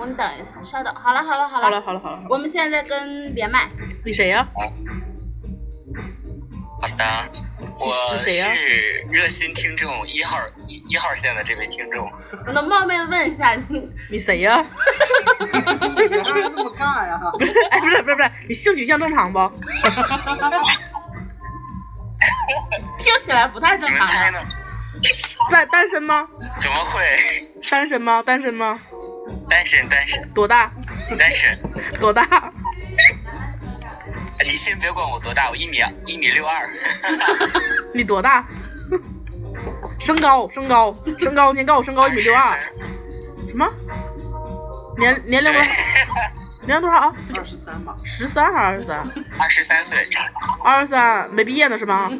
们等一下，稍等。好了，好了，好了，好了好了好了，好了我们现在在跟连麦。你谁呀、好的，我是谁呀是热心听众一号一一号线的这位听众，我能冒昧的问一下，你你谁呀、 你还那么尬呀？不是，哎，不是不是不是，你性取向正常不？听起来不太正你们常啊猜呀。呢？单单身吗？怎么会单身吗？单身吗？单身单身多大？单身？多大？你先别管我多大，我一米一米 六二，你多大？ 身高，身高，身高，年高，身高一米六二。什么？年年龄多少？年龄多少？啊二十三吧，十三还是二十三？二十三岁，二十三没毕业呢是吧？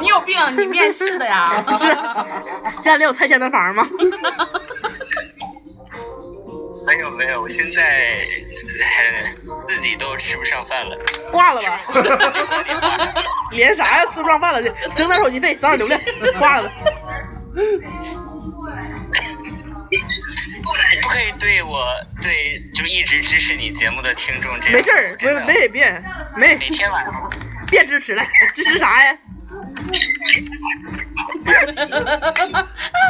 你有病，你面试的呀？ 不是，家里有拆迁的房吗？没有没有，我现在很自己都吃不上饭了，挂了是吧，不是？别挂电话 连啥呀？吃不上饭了，省点手机费，省点流量，挂了吧。你不可以对我对就一直支持你节目的听众这样，没事儿，真没的没得变，没每天晚上别支持了，支持啥呀？是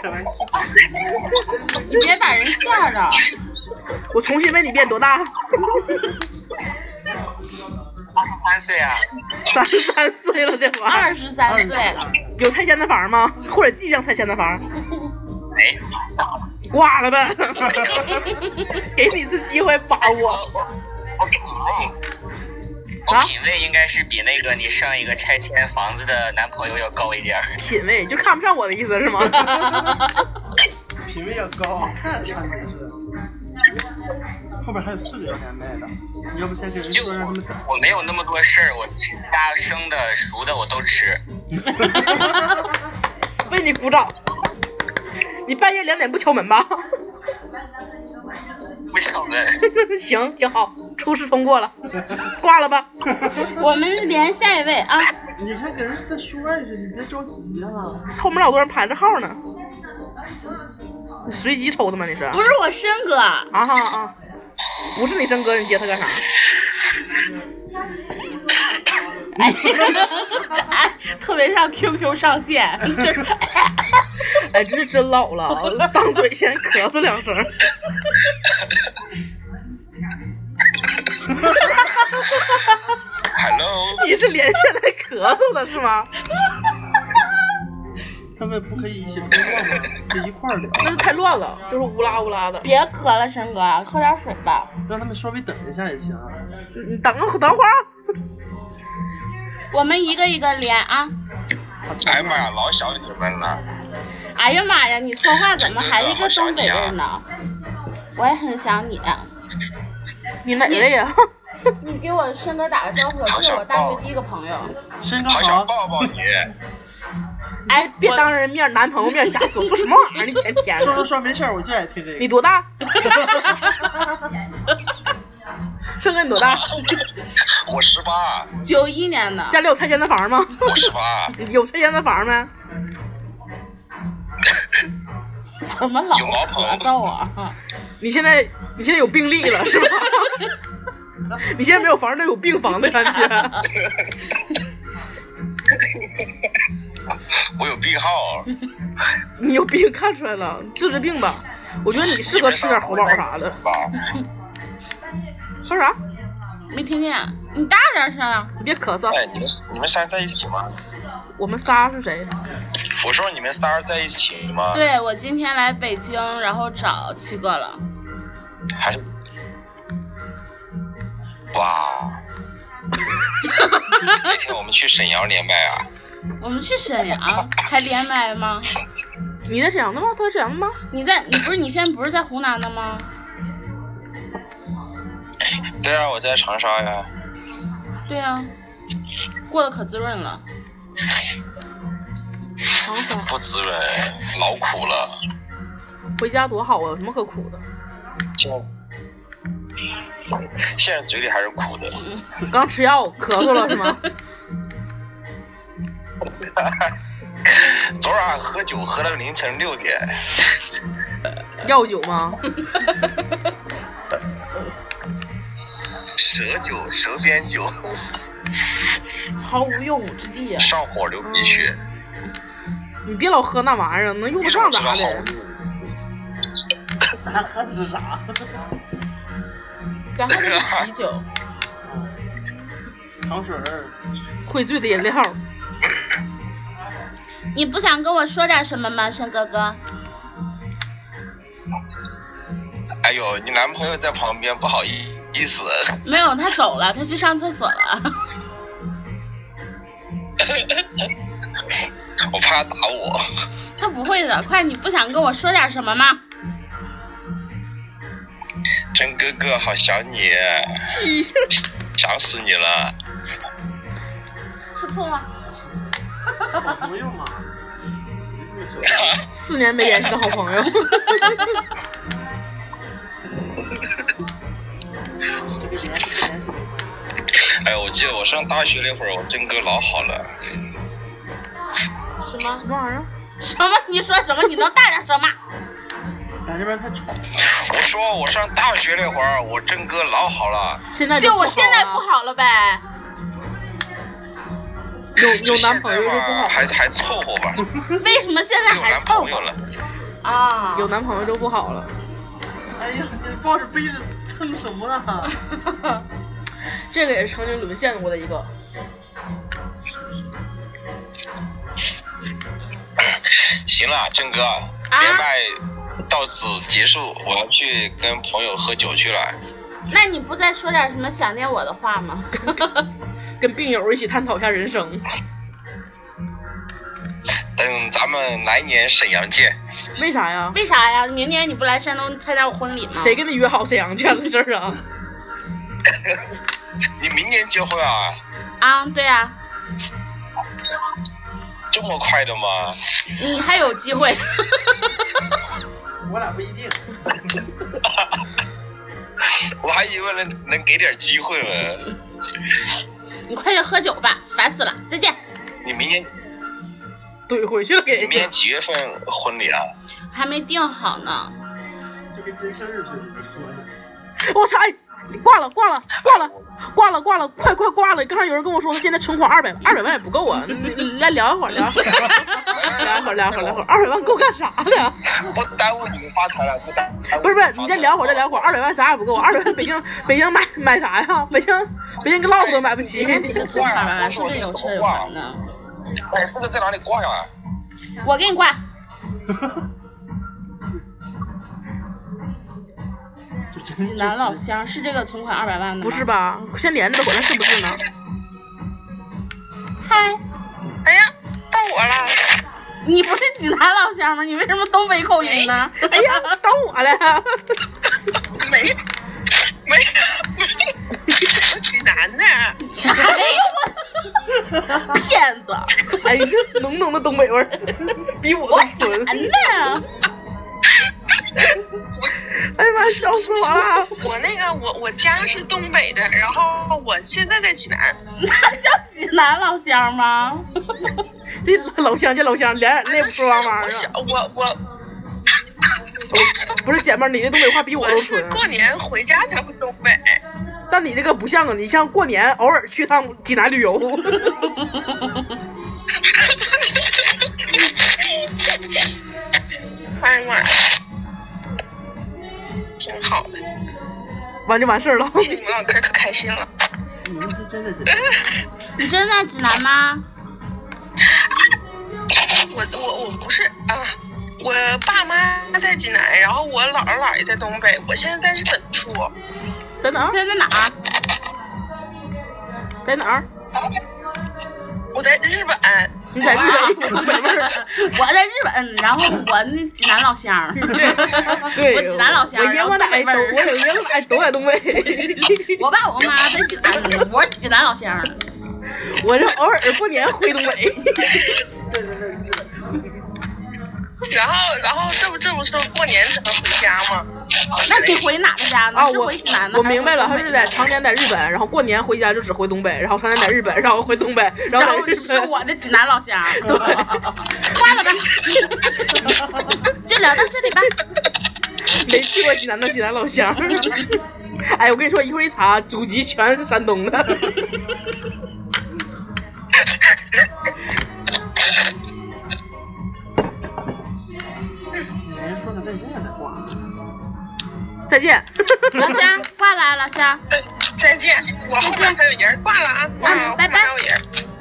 开玩笑。你别把人吓着。我重新问你一遍，多大？ 二十三岁啊，三十三岁了，这玩意二十三岁，儿有拆迁的房吗？或者即将拆迁的房？哎，挂了呗， 给你一次机会把握。我我品味，哦我啊品味应该是比那个你上一个拆迁房子的男朋友要高一点儿。品味就看不上我的意思是吗？ 品味要高，看着看着是。后边还有四个人连麦的，你要不先给人就说让他们等。我没有那么多事儿，我吃虾生的熟的我都吃。为你鼓掌。你半夜两点不敲门吧？ 不想问，行，挺好，初试通过了，挂了吧。 我们连下一位啊， 你还给人再说一句，你别着急啊！后面老多人排着号呢。你随机抽的吗？你是？啊不是我申哥，哈啊！不是你生哥，你接他干啥？哎，哎特别像 QQ 上线，就是哎，这是真老了，张嘴先咳嗽两声。 Hello，你是连下来咳嗽了是吗？他们不可以一起通话吗？就一块儿聊，那是太乱了，就是乌拉乌拉的。别咳了，申哥，喝点水吧。让他们稍微等一下也行。啊你等会儿等会儿啊，我们一个一个连啊。哎呀妈呀，老想你们了。哎呀妈呀，你说话怎么还是个东北人呢？我也很想你，啊你哪位呀？你给我申哥打个招呼，这是我大学第一个朋友。身高好，抱抱你，哎，别当人面男朋友面瞎说，说什么玩意儿？你天天说说的。说没事儿，我就爱听这你个。多大？胜哥你多大？我十八，九一年的，家里有拆迁的房吗？我十八，有拆迁的房没？怎么老有毛孔咳嗽啊？你现在你现在有病历了是吧？ 你现在没有房，但有病房的感觉。我有病号，你有病看出来了，治治病吧。我觉得你适合吃点胡萝卜啥的。吧？说啥？没听见？啊你大点声啊！你别咳嗽。哎，你们你们仨在一起吗？我们仨是谁？我说你们仨在一起吗？，对我今天来北京，然后找七哥了。还是哇？哦那天我们去沈阳连麦啊，我们去沈阳还连麦吗？你在沈阳的吗？他在沈阳的吗？你在你不是你现在不是在湖南的吗？对啊，我在长沙呀。对啊，过得可滋润了。长沙。不滋润，老苦了。回家多好啊，有什么可苦的？现在现在嘴里还是苦的。刚吃药咳嗽了是吗？昨晚喝酒喝到凌晨六点，药酒吗？蛇酒、蛇鞭酒，毫无用武之地啊！上火流鼻血，你别老喝那玩意儿，能用你得怎上么知道咋好的？物？那喝的是啥？咱喝的是啤酒，糖水儿，会醉的饮料，你不想跟我说点什么吗，生哥哥？ 哎呦，你男朋友在旁边，不好意意思。没有，他走了，他去上厕所了。 我怕他打我。 他不会的，快，你不想跟我说点什么吗？真哥哥，好想你，想死你了。吃醋吗？好朋友 嘛。四年没联系的好 朋友，这个联系联系没关系。哎呦，我记得我上大学那会儿，我真哥老好了。什么什么玩意儿？什么？你说什么？你能大点声吗？咱这边太吵，我说我上大学那会儿，我真哥老好了。现在就不好我现在不了，好了呗。有有男朋友就就现不在吧好，还还凑合 吧。为什么现在有还男凑朋友合了，啊？有男朋友就不好了。哎呀，你抱着杯子蹭什么呢？这个也是曾经沦陷过的一个，行了，真哥，啊连麦到此结束，我要去跟朋友喝酒去了。那你不再说点什么想念我的话吗？跟病友一起探讨一下人生。等咱们来年沈阳见。为啥呀？为啥呀？明年你不来山东参加我婚礼吗？谁跟你约好沈阳见的事儿啊？你明年结婚啊？啊？对啊，这么快的吗？你还有机会。 我俩不一定。我还以为能能给点机会呢。你快去喝酒吧，烦死了！再见。你明年怼回去了给你人明家年。几月份 婚礼啊？还没定好呢。这跟真事儿似的，你说的。我操！哎，挂了，挂了，挂了，挂了，挂了，快快挂了！刚才有人跟我说，他现在存款二百万，二百万也不够啊！你你你来聊一会儿，聊一会儿， 聊一会儿，聊一会儿，聊 一会儿，二百万够干啥的？不耽误你们发财了，不耽耽误不是不是，你你们发财了再聊会儿，再聊会儿，二百万啥也不够，二百万北京北京买买啥呀？北京北京个烙都买不起。人家只是存款吧，说这有车有房呢。哎，这个在哪里挂呀、我给你挂，嗯济南老乡是这个存款二百万的吗？不是？吧？先连着的，管他是不是呢？嗨，哎呀，到我了，你不是济南老乡吗？你为什么东北口音呢？哎呀，到我了！没没没，我济南的，哎呦我， 骗子！哎呀，浓浓的东北味儿，比我我都济纯。南的，哎呀妈，笑死我了！ 我那个我我家是东北的，然后我现在在济南， 那叫济南老乡吗？这老乡，这老乡，俩眼泪那不是说汪汪我小的。我我哎不是姐妹儿，你这东北话比我我都是纯，过年回家才回东 北，但你这个不像啊，你像过年偶尔去趟济南旅 游。哎呀妈呀，挺好的，完就完事 儿了。听你们唠嗑可开心了。你们是真的真的。你真在济南吗？我我我不是啊，我爸妈在济南，然后我姥姥姥爷在东北，我现在在日本住，在哪儿？现在在哪儿？在哪儿？我在日本。你在日本？东北味儿。 我在日本，然后我那济南老乡。 对，我济南老乡我爷我奶都，然后东我北味儿有爷我奶都在东北。 我爸我妈在济南的，我是济南老乡。我这偶尔过年回东北。然后，然后这不这不是过年才能回家吗？那你回哪个家呢？啊，是我回济南的我还是明白了，他是在回常年在日本，然后过年回家就只回东北，然后常年在日本，然后回东北，然然后后在日是本。我的济南老 乡。对，挂了吧，就聊到这里吧。没去过济南的济南老乡。 哎，我跟你说，一会儿一查，祖籍全是山东的。 人家说的认真也得挂。再见。老乡挂了啊，老乡。再见，我后面还有人，挂了啊，挂了，嗯拜拜我后面还有人。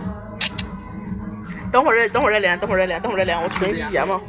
等会儿再等会儿再连，等会儿再连，等会儿再连，我重新节目。